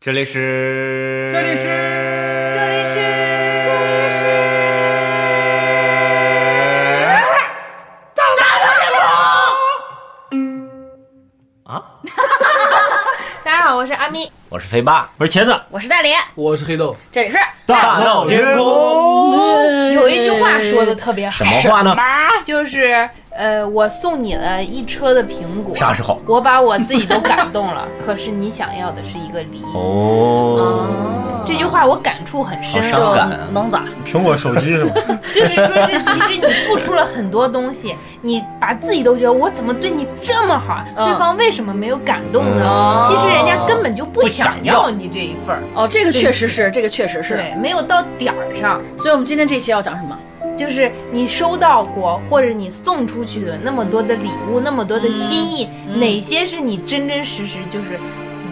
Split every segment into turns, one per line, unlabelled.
这里是，
这里是
这里是这里是
啊，
大家好，我是阿咪，
我是肥爸，
我是茄子，
我是大连，
我是黑豆。
这里是。
大闹天宫，
有一句话说的特别
什，
好
么话呢？
就是呃，我送你了一车的苹果，
啥时候？
我把我自己都感动了， 可是你想要的是一个梨。
哦，
这句话我感触很深
好，伤感啊，
能咋？
苹果手机 是吗？
就是说是其实你付出了很多东西， 你把自己都觉得我怎么对你这么好，
嗯
对方为什么没有感动呢
嗯？
其实人家根本就不
不想
想要你这一份儿，
哦，这个确实是，这个确实是。
对，啊没有到点儿上。
所以我们今天这期要讲什么？
就是你收到过或者你送出去的那么多的礼物，那么多的心意，
嗯
哪些是你真真实实就是，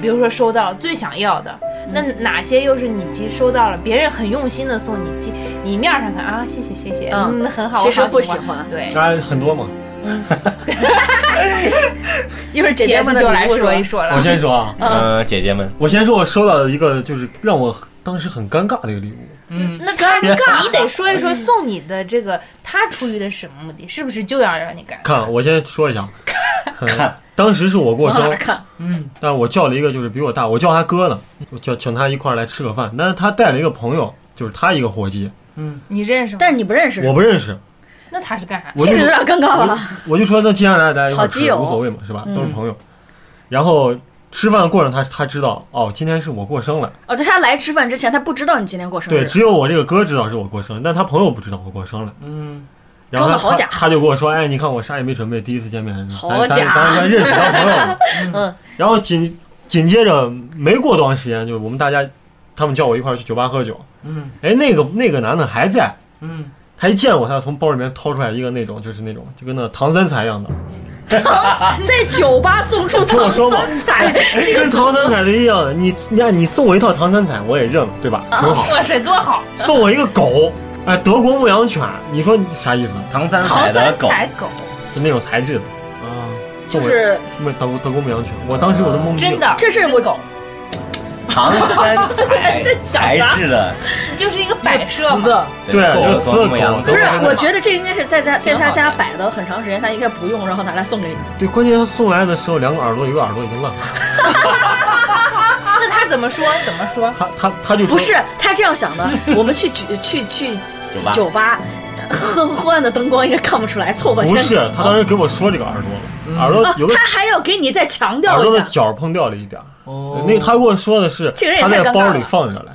比如说收到最想要的，
嗯
那哪些又是你其实收到了别人很用心的送你，其你面上看啊谢谢谢谢，
嗯
嗯很好，
其实
我好
不
喜
喜欢
对。
当然很多嘛。
一会儿姐姐
茄
们
子
的
就来
礼物是吧
说一说
我
了，
先说啊，
嗯，姐姐们，
我先说我收到的一个就是让我当时很尴尬的一个礼物。
那他你得说一
嗯
说送你的这个他出于的是什么目的，是不是就要让你感
看，啊我先说一下， 嗯
看，
当时是我过
往哪
生
儿，哎看？
但我叫了一个就是比我大，我叫他哥呢，我叫请他一块儿来吃个饭，但是他带了一个朋友，就是他一个伙计，
你认识吗？
但是你不认识，
我不认识，
那他是干啥？
我
这
就
个有点尴尬
我
吧？
我就说那既然来大家一块
好
儿
基
吃
友嗯
无所谓嘛，是吧？都是朋友，然后吃饭的过程他他知道哦，今天是我过生了。
哦，对，他来吃饭之前，他不知道你今天过生
对，
日。
只有我这个哥知道是我过生日，但他朋友不知道我过生日。嗯，然后
装
他
得好假
他他就跟我说：“哎，你看我啥也没准备，第一次见面，
好
咱咱
假”
咱咱认识当朋友了。
嗯，
然后紧紧接着没过多长时间，就是我们大家他们叫我一块儿去酒吧喝酒。嗯，哎，那个那个男的还在。嗯，他一见我，他从包里面掏出来一个那种就是那种就跟那唐三彩一样的，
在酒吧送出
听我
唐
说嘛
三彩，这
哎跟
个
唐三彩的一样。你你看你送我一套唐三彩，我也认了，对吧？
啊
挺好。
哇塞，多好！
送我一个狗，哎，德国牧羊犬，你说你啥意思？
唐三
唐
彩的
三
狗，
彩狗，
就那种材质的啊，
就
送我
是
牧德国德国牧羊犬，我当时我都懵逼了，
真的，
这是我
狗，
唐三彩
这小
材
子
质的，
哎就是一个摆设嘛。
的，
对
狗
这个词
和牧羊
狗
不是
真的？
我觉得这应该是在家在
挺好
他
的
家摆的很长时间，他应该不用，然后拿来送给你。
对，关键他送来的时候，两个耳朵，一个耳朵已经烂了，
那啊他怎么说？怎么说？
他他他就说
不是他这样想 的，我们去举去去
酒吧
酒吧，昏昏暗的灯光应该看不出来，凑合先。
不是，他当时给我说这个耳朵了，耳朵
啊
哦有，个
他还要给你再强
耳
调
朵
一
的
下。
角碰掉了一点儿，
哦
那他跟我说的是
这个人也
他
太
在
尴尬
包里
了嗯
放着来，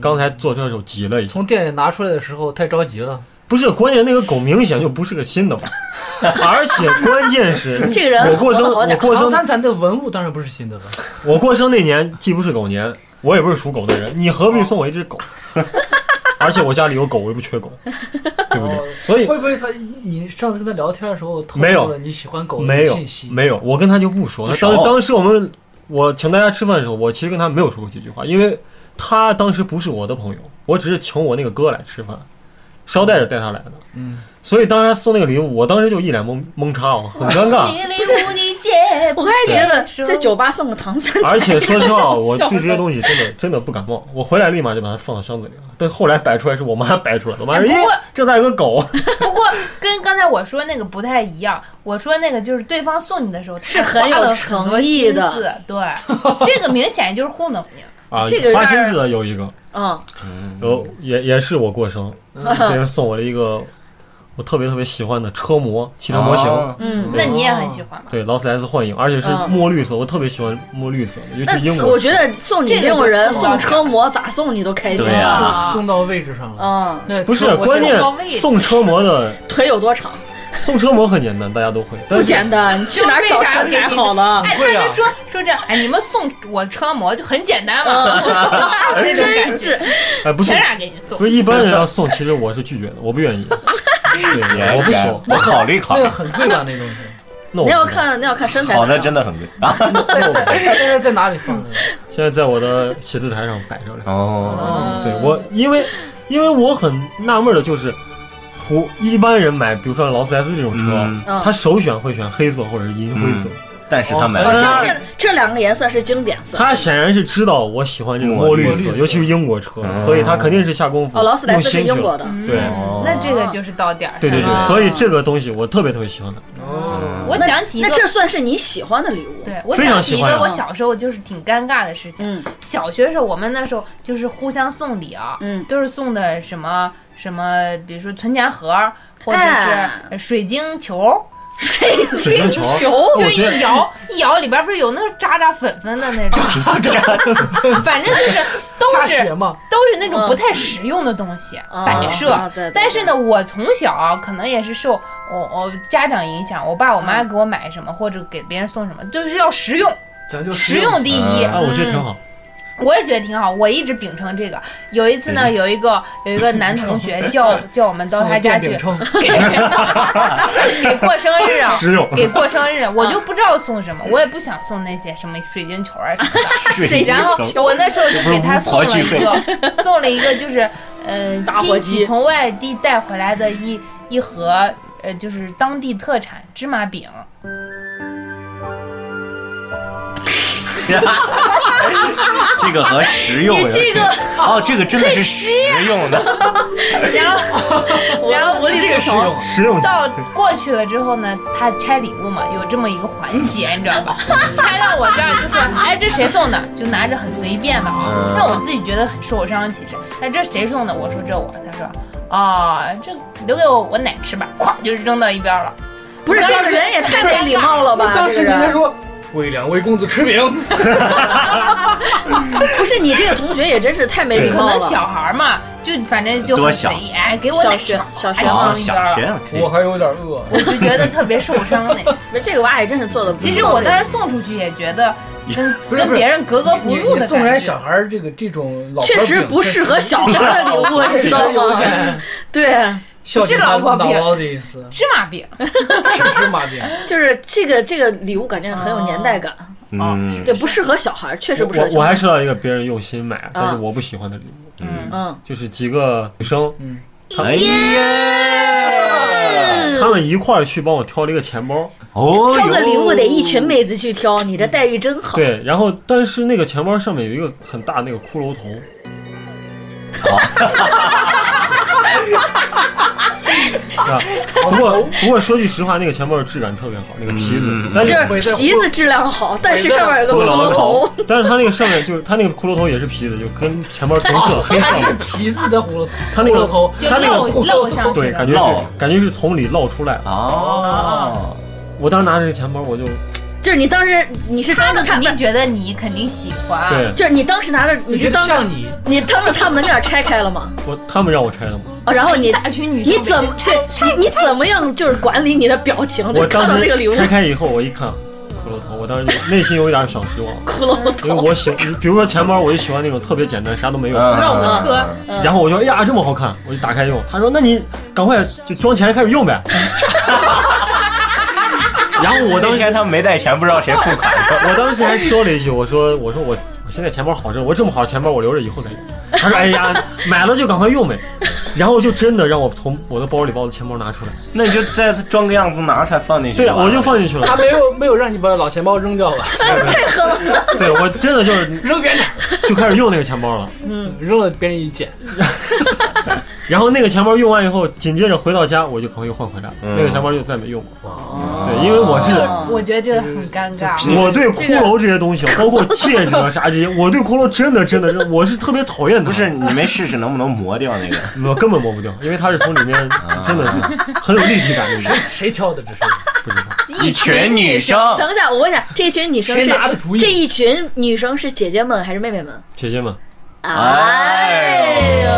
刚才坐车的时候挤了一下，
从店里拿出来的时候太着急了，
不是，关键那个狗明显就不是个新 的吧，而且关键是
这个人
我过生
活得好假
我过
唐
生
三彩的文物当然不是新的了，
我过生那年既不是狗年，我也不是属狗的人，你何
哦
必送我一只狗？ 而且我家里有狗，我又不缺狗，对不对？所以
哦会不会他你上次跟他聊天的时候透
没有
露了你喜欢狗
没
的
有
信息？
没有，我跟他就不说。
不
了。
熟
当当时我们我请大家吃饭的时候，我其实跟他没有说过几句话，因为他当时不是我的朋友，我只是请我那个哥来吃饭，捎带着带他来的。
嗯，
所以当时他送那个礼物，我当时就一脸懵懵叉，我很尴尬。
不是 你姐
我还是啊觉得在酒吧送个唐 三彩，
而且说实话，我
笑
对这些
得
东西真的真的不感冒。我回来立马就把它放到箱子里了。但后来摆出来是我妈摆出来的，我妈说：“
哎不过
咦，这咋有个狗
不过跟刚才我说那个不太一样，我说那个就是对方送你的时候
是
他
很有
花了
诚
很多
意
心
的
思，对， 这个明显就是糊弄你。？”
啊，
这个有点
花心思的有一个，
嗯，
然后也也是我过生，别人送我了一个我特别特别喜欢的车模汽车模型
哦，
嗯，
那你也很喜欢吗？
对劳斯莱斯幻影，而且是
嗯
墨绿色，我特别喜欢墨绿色的，尤其英
那我
国。
觉得送你这种人送车模咋送你都开心
对呀
送送到位置上了。
嗯，
那
不是
我
关键
到位，
送车模的
腿有多长？
送车模很简单，大家都会。
不
但是
简单，你去哪儿找身材好呢？
哎，他
对啊
们说说这样，哎，你们送我车模就很简单嘛，
嗯
我送 了啊那种感觉，
真是，
哎，啊不是
全让给你送
不。是一般人要送，其实我是拒绝的，我不愿意。对，我不熟。
我考虑考
那
虑
个，很贵吧？那东西，
那我
那要
不知道
看那要看身材咋
好
样。
的真的很贵啊。
在在现在在哪里放着呢？
现在在我的写字台上摆着呢。
哦，
嗯，
对我，因为因为我很纳闷的就是，普一般人买，比如说劳斯莱斯这种车，
嗯
嗯
他首选会选黑色或者是银灰色，
但是他买
哦
了
反
这个
正
这这这两个颜色是经典色。
他显然是知道我喜欢这个墨绿
墨绿
色，
色
尤其是英国车，
嗯
所以他肯定是下功夫，
哦，劳斯莱斯是
用心
英
去
国的，嗯
对
哦
那这个就是到点儿
对对
上了
对，所以这个东西我特别特别喜欢 它。
哦，
我想起一个
那，这算是你喜欢的礼物。
对我
非常
想起一
喜欢
个
啊
我小时候就是挺尴尬的事情。
嗯
小学时候我们那时候就是互相送礼啊，
嗯
都是送的什么什么，比如说存钱盒儿或者
哎
是水晶球，
水
水晶球
球
就
我觉得
一摇一摇里边不是有那个渣渣粉粉的 那种，反正就是 都
下
是
雪嘛，
都是那种不太实用的东西摆设。
啊嗯对。对
但是呢，我从小啊、可能也是受我我家长影响，我爸我妈
嗯
给我买什么、或者给别人送什么，就是要实用，
讲究
实用第一。
嗯
啊，我觉得挺好。
我也觉得挺好，我一直秉承这个。有一次呢，
对
有一个有一个男同学叫叫我们到他家去
饼铛
给过生日啊，
实用
给过生日，我就不知道送什么，我也不想送那些什么水晶球啊什么的。
水
然后我那时候就给他送
不
了
是
一个，送了一个就是呃
打火
亲
机
戚从外地带回来的一一盒呃就是当地特产芝麻饼。
这个和实用有
你这个
哦，这个真的是实用的，
然后然后
我理
这
解
个实用，
实用
到过去了之后呢，他拆礼物嘛，有这么一个环节，你知道吧？拆到我这儿就说，哎，这谁送的？就拿着很随便的啊
嗯，
让我自己觉得很受伤。其实，哎，这谁送的？我说这我，他说，哦，这留给我我奶吃吧，咵就扔到一边了。
不是这个人也太没礼貌了吧？
当时
这
人
个
家
人
说。为两位公子吃饼，
不是你这个同学也真是太没礼
可
貌
能
了。
小孩嘛，就反正就
多
很
小
随意，哎，给我奶吃吧，
小学
咵就
哦
扔一边
小学
了，
啊，可以
我还有点饿。
我就觉得特别受伤那。
不是这个娃也真是做的。
其实我当时送出去也觉得跟
不是
跟
不是
别人格格不
你
入
你
的
送人家
感觉
小。孩儿这个这种老婆
确实
饼
不适合小孩的礼物，你知道
有
吗？
点
对，
孝敬
老婆
姥
饼
姥的意 思，
芝麻饼，
是芝麻饼。
就是这个这个礼物感觉很有年代感，
嗯，
对，不适合小孩，确实不适合
我
小
我还
孩。
知道一个别人用心买，但是我不喜欢的礼物，
嗯，
嗯，
就是几个女生，
嗯，
哎呀，
她们一块儿去帮我挑了一个钱包。
嗯
哦，
挑个礼物得一群妹子去挑，你这待遇真好。
对，然后但是那个钱包上面有一个很大那个骷髅 头，啊，不过不过说句实话，那个钱包的质感特别好，那个皮子，
嗯
但
就是是皮子质量好，但是上面有个
骷
髅
髅
头
头，
但是它那个上面就是它那个骷髅头也是皮子，就跟钱包同
哦
色，黑
哦还是
色，
皮子的葫芦，
他那个
葫芦头，
就
他那个
露
葫芦
露
头
上去
对，
了
感。觉是
烙
感觉是从里烙出来的。
哦，
我当时拿着这个钱包，我就
就是你当时你是
他
当着
们
他
肯定
们，
觉得你肯定喜欢，
对
就是你当时拿着，
就
你
觉
是
得
当着
像你，
你当着他们的面拆开了吗？
我他们让我拆的嘛，
哦，然后你
大群女生
你怎么对你你怎么样就是管理你的表情？就
我
看
当
到这个礼物
时拆开以后，我一看骷髅头，我当时就内心有一点小失望。
骷髅
因为
头，
我喜，比如说钱包，我就喜欢那种特别简单，啥都没有。
嗯
让我们车
嗯
然后我就哎呀这么好看，我就打开用。他说那你赶快就装钱开始用呗。 然后我
我
当
当
时
天他们没带钱，不知道谁付 款。
我当时还说了一句，我说我说我我现在钱包好着，我这么好的钱包我留着以后再用。他说哎呀买了就赶快用呗。然后就真的让我从我的包里把我的钱包拿出来，
那你就再装个样子拿出来放进去。
对啊，我就。放进去了。
他没有没有让你把老钱包扔掉吧？
太狠了，
对我真的就是
扔远点，
就开始用那个钱包了。
嗯，
扔了别人一捡。
然后那个钱包用完以后，紧接着回到家我就赶快又换回来了，
嗯
那个钱包就再没用过。
哇，
哦
对，因为我是。
我觉得这个很尴尬。
我对骷髅这些东西，包括戒指啊啥这些，我对骷髅真的真的是，我是特别讨厌它。
不是，你没试试能不能磨掉那个？
我根本摸不掉，因为它是从里面真的是很有立体感的。
谁挑的这是？
不知道，
一群女生，
等一下，我问一下，这群女生
谁
是
拿的主意
这一群女生是姐姐们还是妹妹们？
姐 姐们，
哎呦，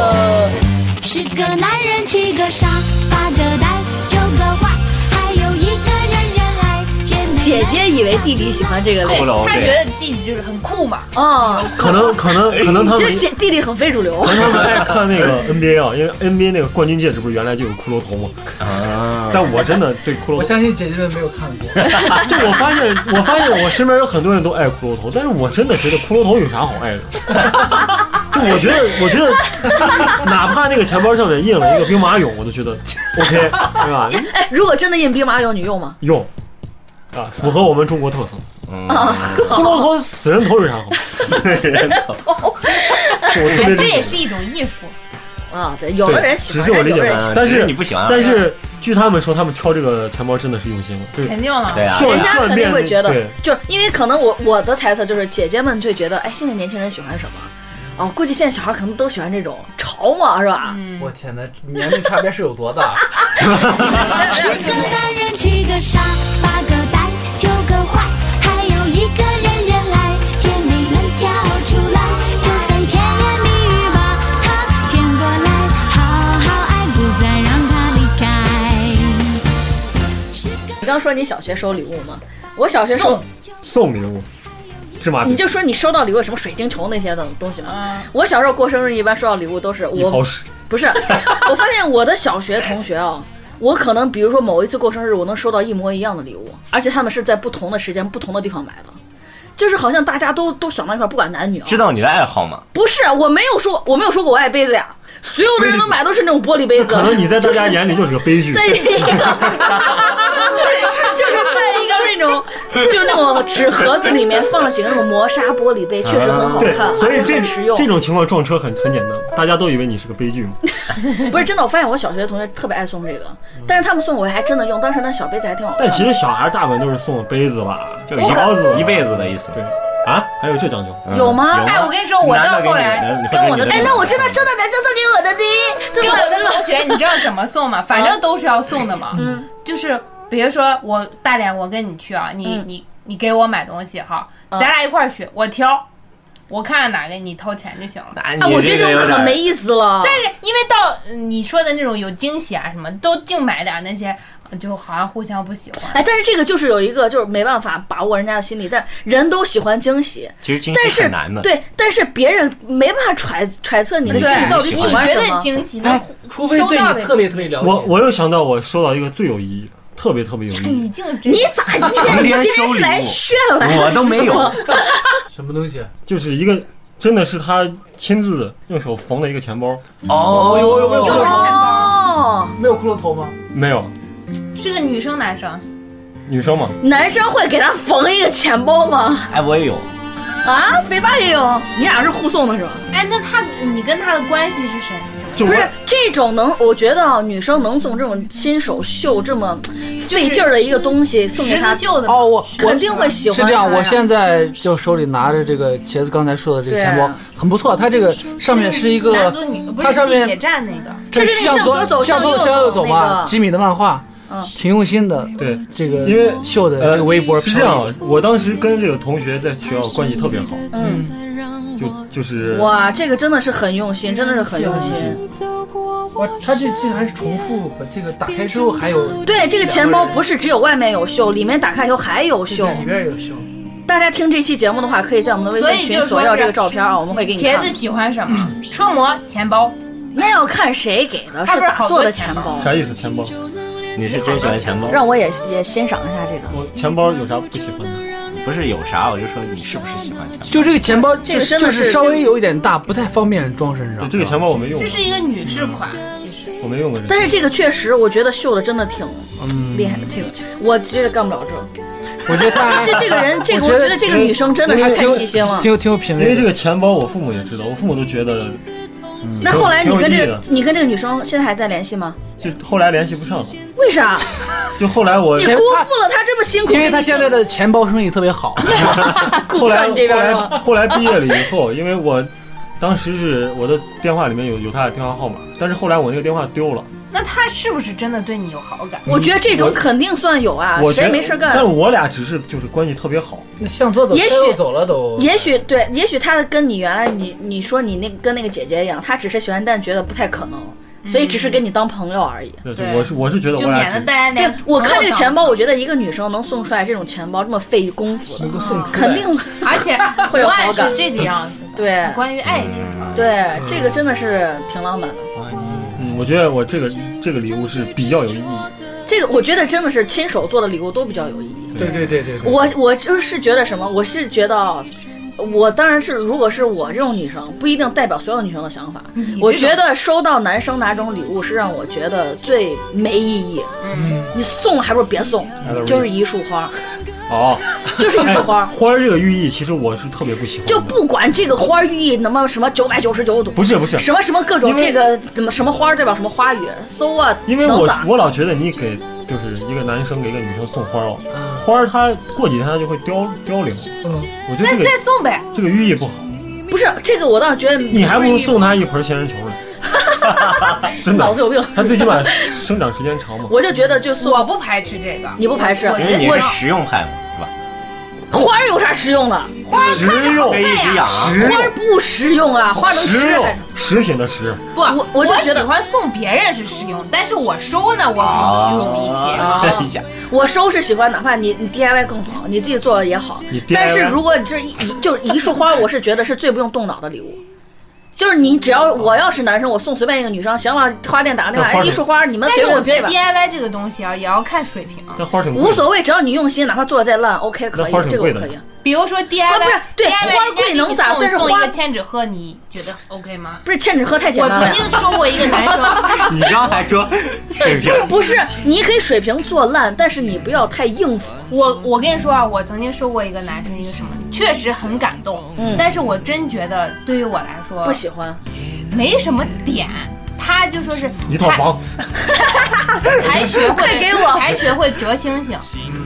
十个男人七个傻，八个呆，九个坏，还有一个人人爱。姐妹
姐姐以为弟弟喜欢这个类
骷髅
他
对
觉得弟弟就是很酷嘛，
哦，
可能可能
哎
可能他
就是
们。
姐弟弟很非主流
可。能他们爱看那个 NBA 啊，因为 NBA 那个冠军戒指不是原来就有骷髅头吗？
啊，
但我真的对骷
我
髅，
相信姐姐们没有看过，
嗯
就我发现，我发现我身边有很多人都爱骷髅头，但是我真的觉得骷髅头有啥好爱的？ 就我觉得，我觉得，哪怕那个钱包上面印了一个兵马俑，我都觉得 OK，对吧？
哎，如果真的印兵马俑，你用吗？
用，啊，符合我们中国特色。
嗯，
骷髅头死人头有啥好？
嗯
我特别
这
理
也
解。
是一种艺术。
啊，对，有的人喜
只
欢，
是我理
有
解
的人喜
的
欢。，
但
就是你不喜欢啊，
但是据他们说，他们挑这个钱包真的是用心了，就是
肯定了，
对啊，
就
人家
转
肯定
变
会觉得
对，
就是因为可能我我的猜测就是姐姐们就觉得，哎，现在年轻人喜欢什么？哦，估计现在小孩可能都喜欢这种潮嘛，是吧？
我天哪，年龄差别是有多大？
十个男人七个傻，八个呆，九个坏，还有一个人人爱。姐妹们跳出来，就算甜言蜜语把他骗过来，好好爱，不再让他离开。十个
你刚说你小学收礼物吗？我小学收，
送礼物，芝麻
你
饼
就说你收到礼物有什么水晶球那些的东西吗？
嗯，
我小时候过生日，一般收到礼物都是
一泡
我
屎，
不 是，我发现我的小学同学啊，我可能比如说某一次过生日，我能收到一模一样的礼物，而且他们是在不同的时间、不同的地方买的，就是好像大家都都想到一块儿，不管男女啊。
知道你的爱好吗？
不是，啊我没有说我没有说过我爱杯子呀，所有的人都买都是那种玻璃杯子，
可能你在大家眼里就是个悲剧。
在一个， 就是在一个那种就是那种纸盒子里面放了几个那种磨砂玻璃杯，确实很好
啊对
看，，
所以
而且
这
很实用
这。种情况撞车很很简单，大家都以为你是个悲剧嘛。
不是真的，我发现我小学的同学特别爱送这个，但是他们送我还真的用，当时那小杯子还挺好看
但哎其
的。
实小孩大部分都是送杯子吧，
就
勺子吧
一辈子的意思。
对啊，还有这讲究，
嗯
有吗
哎，我跟你说，我到后来跟我的
哎
那我真的收到男生送给我的呢，
跟
真
我的
的
同学，你知道怎么送吗？反正都是要送的嘛。嗯，就是比如说我大脸，我跟你去啊，你、
嗯
你你给我买东西哈，
嗯
咱俩一块儿去，我挑，我看看哪个你掏钱就行了。
那
啊，
你
我觉得
个
这
有
种可
点
没意思了。
但是因为到嗯你说的那种有惊喜啊什么，都净买点那些，呃就好像互相不喜欢。
哎，但是这个就是有一个就是没办法把握人家的心理，但人都喜欢惊喜，
其实惊
但
喜
是
很难的。，
对，但是别人没办法揣揣测你的
对
心里到底
你
喜
喜
欢
觉
什
得
么。
惊喜，
哎
那
除非对
收到
你
呗
特别特别了解，
我我又想到我收到一个最有意义的，特别特别有意
你
义，
净真
你咋？你
成
今
天
天
收
是
礼
来
物
炫来
我都没有。
什么东西？
就是一个真的是他亲自用手缝的一个钱包，
哦
有有有有
哦，
没有骷髅头吗？
没有
是个女生男生，
女生嘛，
男生会给他缝一个钱包吗？
哎，我也有，
啊，肥爸也有，你俩是互送的是吧？
哎，那他你跟他的关系是谁？
就
不
我
是这种能，我觉得啊，女生能送这种亲手绣这么费劲儿的一个东西送给
十
他
字，绣的吗
哦，我我
肯定会喜欢
是这样，
他呀
我现在就手里拿着这个茄子刚才说的这个
对啊
钱包，很不错。它这个上面是一
男
个
左女，不
它
是
上
地铁
面
站那个。
这是那个
左
向左走
向左
向
向
右
右
走
走
那
嘛，
个
吉米的漫画，
嗯
挺用心的。
对。
这个
因为
秀的
呃，
这个微博
是这样，啊我当时跟这个同学在学校关系特别好，
嗯，
就就是
哇，这个真的是很用心，真的是很用心。
嗯
我它这这个还是重复，这个打开之后还有
对，这个钱包不是只有外面有绣，里面打开以后还有
对
绣。
里边有秀。
大家听这期节目的话，可以在我们的微
所
信
以
群
就是
索要
说
这
是
个照片啊，我们会给你
茄
看
子。喜欢什么？车模、钱包，
那要看谁给的，
他
是
不是
咋
好
做
多
的
钱
钱
吗
包。
啥意思？钱包，
你是真喜欢钱包？
让我也也欣赏一下这个。
我钱包有啥不喜欢的？
不是有啥，我就说你是不是喜欢钱包？
就这个钱包，
这个
就
真的
就是稍微有一点大，不太方便装身上
对，。这个钱包我没用
这
过，
是一个女士款，其实
我没用过这个。
但是这个确实，我觉得绣的真的挺
嗯
厉害的，这个我觉得干不了这。
我觉得他
这这个人，这个
我
我
觉得
觉得这个女生真的是太细心了
挺。有挺有品
因为
味
这
的。
个钱包，我父母也知道，我父母都觉得，
那后来你跟这
挺有
个
意义
你跟这个女生现在还在联系吗？
就后来联系不上了。
为啥？
就后来我
你
前
辜负了她这么辛苦。
因为他现在的钱包生意特别好，
后来
你这边是
后
吧
来后来毕业了以后，因为我当时是我的电话里面有有他的电话号码，但是后来我那个电话丢了，
那他是不是真的对你有好感？
我觉得这种肯定算有啊
我，觉
谁
得
没事干
但？我俩只是就是关系特别好，
那向左走，
也许
向右走了都。
也许对，也许他跟你原来你你说你那跟那个姐姐一样，他只是喜欢，但觉得不太可能，所以只是跟你当朋友而已。
那就
对
我是我是觉得
就
我
免
俩
得
只
大家
对
连
我看这个钱包，我
得
觉得一个女生能送出来这种钱包这么费功夫的
能，够送出来
肯定
而且
会有
图案
好感
是这个样子的。
对
关于爱情，
嗯
对，这个真的是挺浪漫的。
嗯，我觉得我这个这个礼物是比较有意义的。
这个我觉得真的是亲手做的礼物都比较有意义。
对对对对对，
我我就是觉得什么，我是觉得我当然是，如果是我这种女生，不一定代表所有女生的想法。我觉得收到男生哪种礼物是让我觉得最没意义。嗯，你送还不如别送，就是一束花，
哦，
就是一束花。
哎花儿这个寓意其实我是特别不喜欢的，
就不管这个花儿寓意那么什么九百九十九朵，
不是不是
什么什么各种
因为
这个怎么什么花儿代表什么花语，so what？
因为
能
我
咋？
我老觉得你给就是一个男生给一个女生送花哦，
嗯
花儿它过几天它就会凋凋零，
嗯，
我觉
那
得这
你
个
再送呗，
这个寓意不好，
不是这个，我倒是觉得
你还不如送她一盆仙人球 呢，真
脑子
的，
有病。
它最起码生长时间长嘛。
我就觉得就送
我不排斥这个。
你不排斥，
我
因为你
我
是实用派嘛，是吧？
花儿有啥实用的？
实用
可以一直养啊。
实
花儿
用
不实用啊，花能
实
吃
用
还。
食品的食，
不，
我
我
我就觉
喜
得
欢送别人是实用，但是我收呢，我
哦
可能虚荣一些。
啊
哎呀，
我收拾喜欢，哪怕你你 DIY 更好，你自己做也好
你。DIY
但是如果这一一就是一束花，我是觉得是最不用动脑的礼物。就是你只要我要是男生，我送随便一个女生，行了，花店打个电
那花
话，哎
儿
一束花你们
但
随
是
便
我觉得
吧
DIY 这个东西啊，也要看水平。
但花儿挺贵的
无所谓，只要你用心，哪怕做的再烂，OK 可以
那花儿，挺
这个
贵
我
的
可以。
比如说 DIY，
啊不是对
DIY
花贵能咋
人家给你
但是
送送一
花
个千纸鹤，你觉得 OK 吗？
不是千纸鹤 太简
我
单了
曾
呀。
经收过一个男生，
你刚才说水平，
不是，你可以水平做烂，但是你不要太应付。
我我跟你说啊，我曾经收过一个男生一个什么，确实很感动，
嗯
但是我真觉得对于我来说
不喜欢，
没什么点。他就说是
一套房，
哎
才才学会
给我
才学会折星星，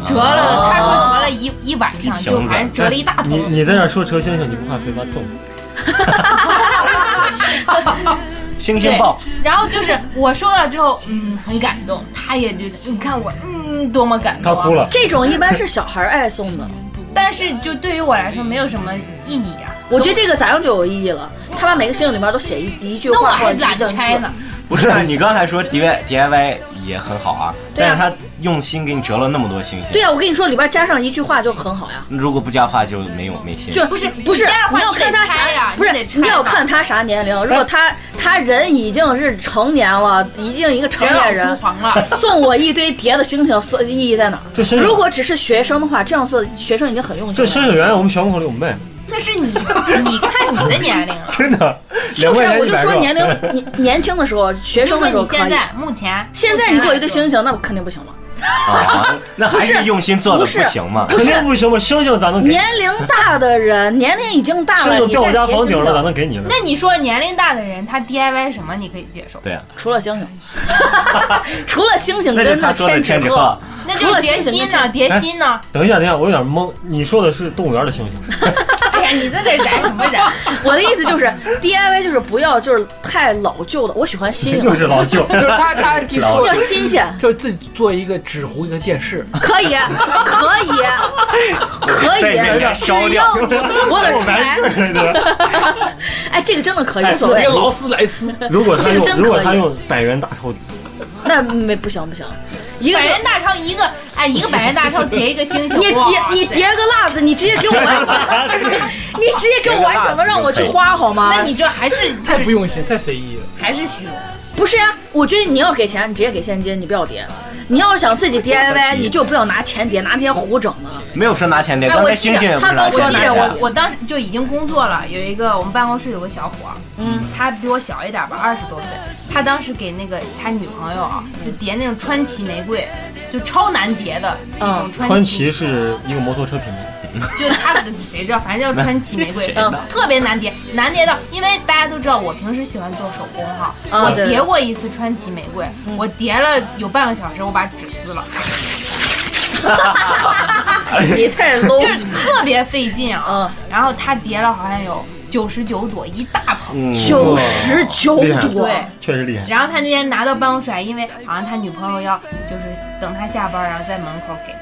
折
啊
了他说折了一一晚上，
一瓶
就
子
反正折了一大
你
桶。
你在那说蛇星星，你不怕被妈揍？
星星
对
豹，，
然后就是我收到之后，嗯，很感动，他也觉得你看我，嗯，多么感动、
他哭。了，
这种一般是小孩儿爱送的。
但是就对于我来说没有什么意义啊。
我觉得这个咋样就有意义了。他把每个星星里面都写一一句
那我
话或
还
者
懒
一
得
段字
拆呢。
不是啊你刚才说 DIY DIY 也很好啊，
对
但
啊
是他用心给你折了那么多星星，
对呀、啊我跟你说，里边加上一句话就很好呀。
如果不加话就没有没心。
就
不是
不是
你这样的，话
你要
你得
看他啥
拆呀
不是
你得拆
要
呢
看他啥年龄。如果他他人已经是成年了，已经一个成
人
年
老珠
人，，
黄了
送我一堆叠的星星，所意义在哪儿？
这星星
如果只是学生的话，这样做学生已经很用心
这
了。
星星原来我们小门口有卖，
那是 你，你看你的年龄了。
真的，
就
两
是
块钱
我
一
就
百
说
个
年龄年年轻的时候，学
就
生
说
的时候
你
可
现
以。
在目前，
现在你给我一堆星星，那我肯定不行了。
啊，那还
不
是
是
用心做的
不是
不行吗？
肯定不行吧？星星咋能给？
年龄大的人，年龄已经大
星
了，
星
你
掉我
再
家
叠
房
星
顶了咋
星，
能给你呢？
那你说年龄大的人他 DIY 什么你可以接受？
对啊，
除了星星， 除了星星
那就
跟
他
那
说的千纸
纸
鹤
鹤，，
那
除
就
了
是叠
星星
心
跟
呢，
哎
叠心呢？
等一下，等一下，我有点懵。你说的是动物园的星星，
哎呀，你这得燃什么燃？
我的意思就是 DIY 就是不要就是太老旧的，我喜欢新颖
又，是老舅。
就是他他给
老
做
要，新鲜，
就是自己做一个纸糊一个电视，
可以，可以，可以，
在
啊
你面
只要
前烧
你
掉
我的
男
天，
对对对
哎，这个真的可以，
哎
无所谓
一个，劳斯莱斯，
如果他
这个真
用
可以
如果他用百元大钞，
那没不行不行，一个
百元大钞一个，哎，一个百元大钞叠一个星星，
你叠
哇
你
塞
叠个蜡子，你直接给我 完整，你直接给我完整的让我去花好吗？
那你这还是
太不用心，太随意 了。
还是虚荣。
不是呀、我觉得你要给钱，你直接给现金，你不要叠。你要是想自己 DIY，你就不要拿钱叠，拿这些糊整的。
没有说拿钱的，
哎
刚
我
才
记
星
得
星也不
他
是拿
跟
我
钱啊
记
的
得
拿
我我当时就已经工作了，有一个我们办公室有个小伙儿，
嗯，
他比我小一点吧，二十多岁，他当时给那个他女朋友啊，就叠那种川崎玫瑰，就超难叠的一
嗯
种
川
崎，
崎是一个摩托车品牌，
就他谁知道，反正叫川崎玫瑰，
嗯
特别难叠，难叠到，因为大家都知道我平时喜欢做手工哈，
啊
我
对嗯
叠过一次川崎玫瑰，我叠了有半个小时，我把纸撕了，
你太
就
low
是。特别费劲啊
哦嗯。
然后他叠了好像有九十九朵，一大捧。
嗯
九十九
厉害
朵，
对，
确实厉害。
然后他那天拿到办公室来，因为好像他女朋友要就是等他下班，然后在门口给他。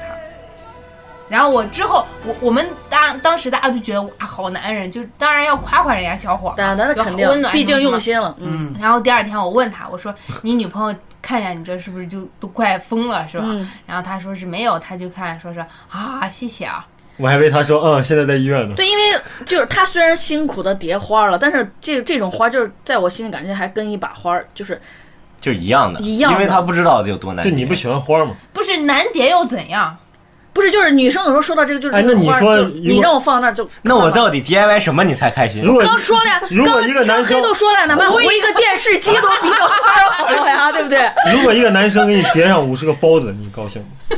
然后我之后，我我们当当时大家就觉得哇，好男人，就当然要夸夸人家小伙儿
那
嘛，
那
要
肯定
温，暖，
毕竟用。心了。嗯，
嗯，
然后第二天我问他，我说你女朋友看见你这是不是就都快疯了是吧？
嗯
然后他说是没有，他就看说是啊谢谢啊，
我还为他说，嗯，现在在医院呢。
对，因为就是他虽然辛苦的叠花了，但是这这种花就是在我心里感觉还跟一把花儿就是
就一样的，
一样的
因为他不知道有多难。
就你不喜欢花吗？
不是难叠又怎样？
不是，就是女生有时候说到这个，就是
哎那你
花儿
说
就
如果
你让我放那儿就
那我
看吧
到底 DIY 什么你才开心
如？果
刚说了呀，
如果
刚
一个男生
刚黑豆说了呀，哪怕回一个电视机都比这花儿好了呀，对不对？
如果一个男生给你叠上五十个包子，你高兴吗？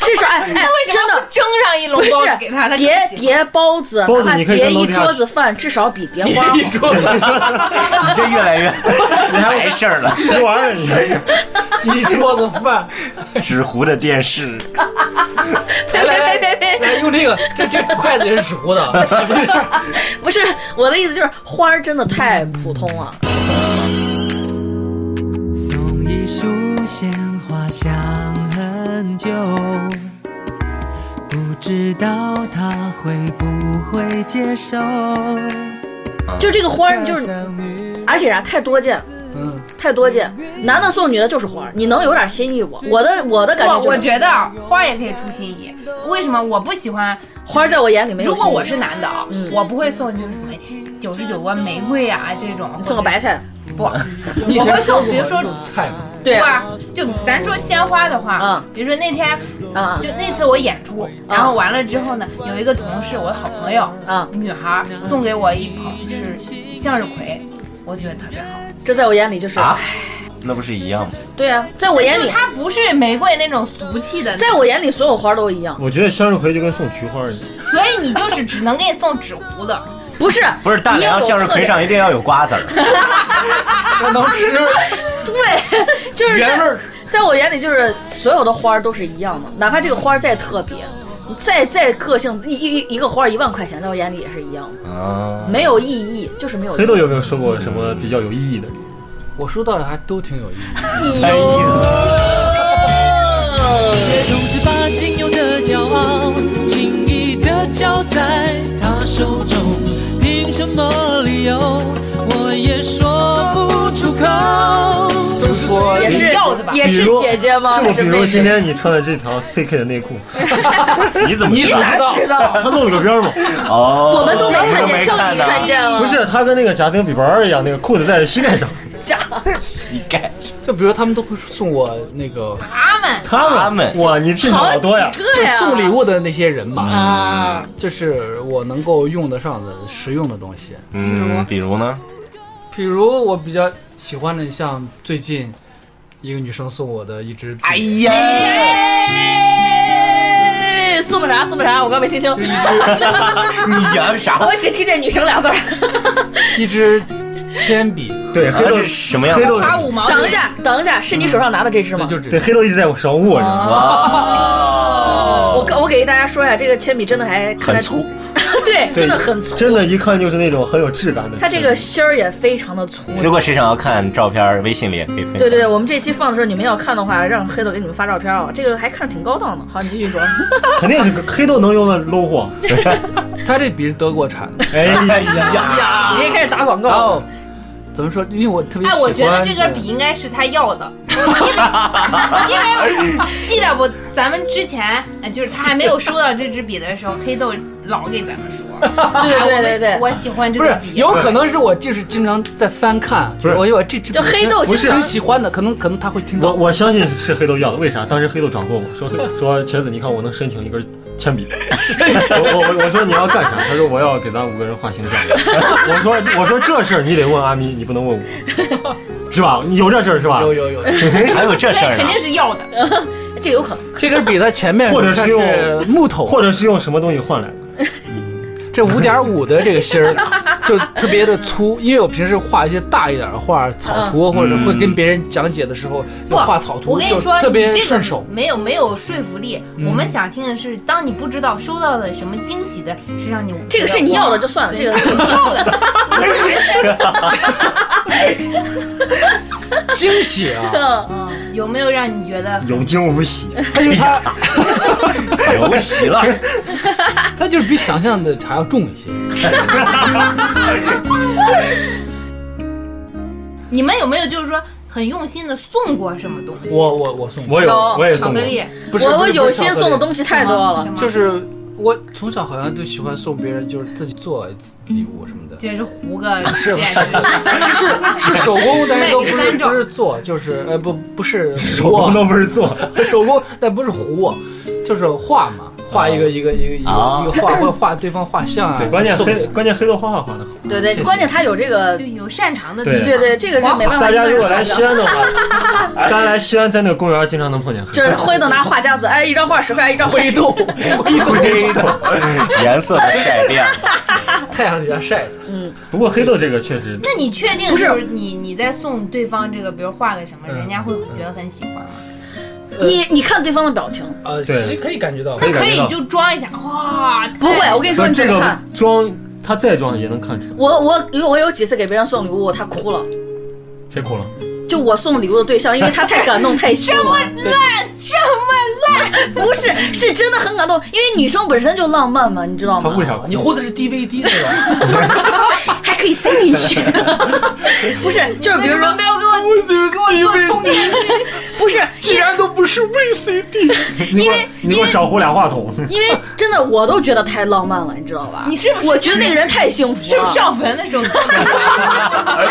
这是哎哎，真的。
蒸上一笼
不是
包子给他，他
叠
更喜欢
叠包子，
包子
哪怕
你可以
叠
跟楼
一
底下
桌子饭，至少比叠花儿好。
你这越来 越来事儿了。
吃完了你
一桌子 饭，
纸糊的电视，
别别别别别！
来用这个，这这筷子也是纸糊 的，是不是？
不是我的意思，就是花儿真的太普通了。
送一束鲜花，想很久，不知道他会不会接受。
就这个花儿，你就是，而且啥太多见，
嗯，
太多见。男的送女的就是花儿，你能有点心意不？我的我的感觉
我
就是，嗯
我觉得啊花儿也可以出心意，为什么我不喜欢？
花儿在我眼里没有心
如
意。嗯
果我是男的啊，我不会送就是什么九十九个玫瑰啊这种，
送个白菜，
不，我
你以前
会 送，比如
吃过
说
这种菜吗，
对
不啊，就咱说鲜花的话，
嗯
比如说那天，
嗯
就那次我演出，然后完了之后呢，有一个同事，我的好朋友，
嗯
女孩儿送给我一捧就是向日葵，我觉得特别好。
这在我眼里就是
啊那不是一样吗？
对啊，在我眼
就
里，
它不是玫瑰那种俗气的，
在我眼里所有花儿都一样。
我觉得向日葵就跟送菊花一样，
所以你就是只能给你送纸糊 的，
不是
不是大
你有
梁向日
特
葵
点
上一定要有瓜子儿，
我能吃
对，就是
原味
在
儿。
在我眼里，就是所有的花儿都是一样的，哪怕这个花儿再特别，再再个性，一一一个花儿一万块钱，在我眼里也是一样的，
嗯，
没有意义，就是没有意
黑
义
豆。有没有收过什么比较有意义的？
我收到的还都挺有意思。
哎呀，
别总是把仅有的骄傲轻易的交在他手中，凭什么理由我也说不出口。
都说
也是
要的吧
也
比
是
如
姐姐吗？
是
还
我比
是
如
妹
今
妹？
天你穿的这条 CK 的内裤，
你怎么
你咋知道？
他弄了个边儿嘛？ 啊
哦，
我们都没看见，
没
就你
呢
看见了。
不是，他跟那个贾斯汀比伯儿一样，那个裤子在膝盖上。
假，
膝盖，
就比如他们都会送我那个，
他们
他们
哇，你品
好
好
几
多呀！
个
就
呀！
送礼物的那些人嘛，
啊，
就是我能够用得上的实用的东西。
嗯，比如呢？
比如我比较喜欢的，像最近一个女生送我的一支笔，
哎呀，
哎送的啥？送的啥？我刚没听清，
就一支
你呀啥？
我只听见女生俩字儿。
一支铅笔，
对，黑
啊
豆
是什么样的
黑豆
花五毛
等一下，等一下，是你手上拿的这支
对，
吗？
就这
对，
个。
黑豆一直在我手上握着。
哦
啊
哇，
我我给大家说一下，这个铅笔真的还看
很
着
粗，，
对，
对
真的很粗。
真的，一看就是那种很有质感的。
它这个芯儿也非常的粗。
如果谁想要看照片，微信里也可以分享。
对对对，我们这期放的时候，你们要看的话，让黑豆给你们发照片啊。这个还看着挺高档的。好，你继续说。
肯定是黑豆能用的 low 货。
她这笔是德国产的，
哎
哎
呀，
呀，
直接开始打广
然
告。
后怎么说？因为我特别喜
啊
哎，
欢。
我觉得这根笔应该是他要的， 因为因为记得不？咱们之前呃就是他还没有收到这支笔的时候，黑豆老给咱们说，
对
哎我们
啊对对对对，
我喜欢这
不是
支，笔，
有可能是我就是经常在翻看，
不是
我有这支笔
就黑豆啊
我
经常
挺喜欢的，可能可能他会听
我
到。
我相信是黑豆要的，为啥？当时黑豆找过我说说茄子，你看我能申请一根铅 笔。我我我我说你要干啥？他说我要给咱五个人画形象。 我说我说这事儿你得问阿咪，你不能问我， 是吧？你有这事儿是吧？
有有有，
还有这事
对，
儿
肯
呢？
定是要的。
这个有可能。
这根笔它前面
或者
它
是
是
用
木头，
或者是用什么东西换来的？
这五点五的这个芯儿就特别的粗，因为我平时画一些大一点的画，草图或者会跟别人讲解的时候，
嗯不
就画草图
我跟
就
你说，
特别
你这
顺
个
手。
没有没有说服力。
嗯
我们想听的是，当你不知道收到了什么惊喜的，是让你
这个是你要的就算了，
对
这个
你要的，
惊喜啊！
嗯有没有让你觉得
有惊无喜。
它就是它，
流席了，
它就是比想象的还要重一些。
你们有没有就是说很用心的送过什么东西？
我我我送过，
我有
有
我也
巧
送
克
过。
力，
不是
我我有
心
心送的东西太多了。
是吗
就是我从小好像就喜欢送别人，就是自己做礼物什么 的，
接着糊个
是
电
是手工，但是都不
卖给
是
三种
不是做，就是呃不不是
手工都不是做，
手工，但不是糊，啊就是画嘛，画一个一个一个一个、
啊
一个画，或者画对方画像啊。
对，关键
送
黑关键黑豆画画画的好。
对对，
谢谢
关键他有这 个
就，有擅长的地
对
方。
对对，这个就没办法。
大家如果来
一般人看不了
西安的话， 大家来西安在那个公园经常能碰见黑
就
豆
是灰豆拿画夹子，哎，一张画十块，一张画
灰
10
豆， 灰豆，
颜色的晒变，
太阳底下晒的。
不过黑豆这个确实，
那你确定
不是
就是你你在送对方这个，比如画个什么，
嗯
人家会觉得很喜欢吗？
呃
你你看对方的表情，
呃，其
对
实可以感觉到，
可以
可
感觉
以
到
就装一下，哇，
不会，我跟你说，
但
你怎
这
么
个
看？
妆他再装也能看出来。
我我有我有几次给别人送礼物，他哭了。
谁哭了？
就我送礼物的对象，因为他太感动，太心了。
这么烂，
不是，是真的很感动，因为女生本身就浪漫啊嘛，你知道
他
吗？
为啥哭？
你呼的是 DVD 那种，
还可以塞进 去，不是，就是
为
比
什
如
么
说，
没有给我给我做充电？
不是，
既然都不是 VCD，你给我你给我少呼俩话筒。
因为真的我都觉得太浪漫了，你知道吧？
你是不是
我觉得那个人太幸福
是不
了
是。上坟的时候做的？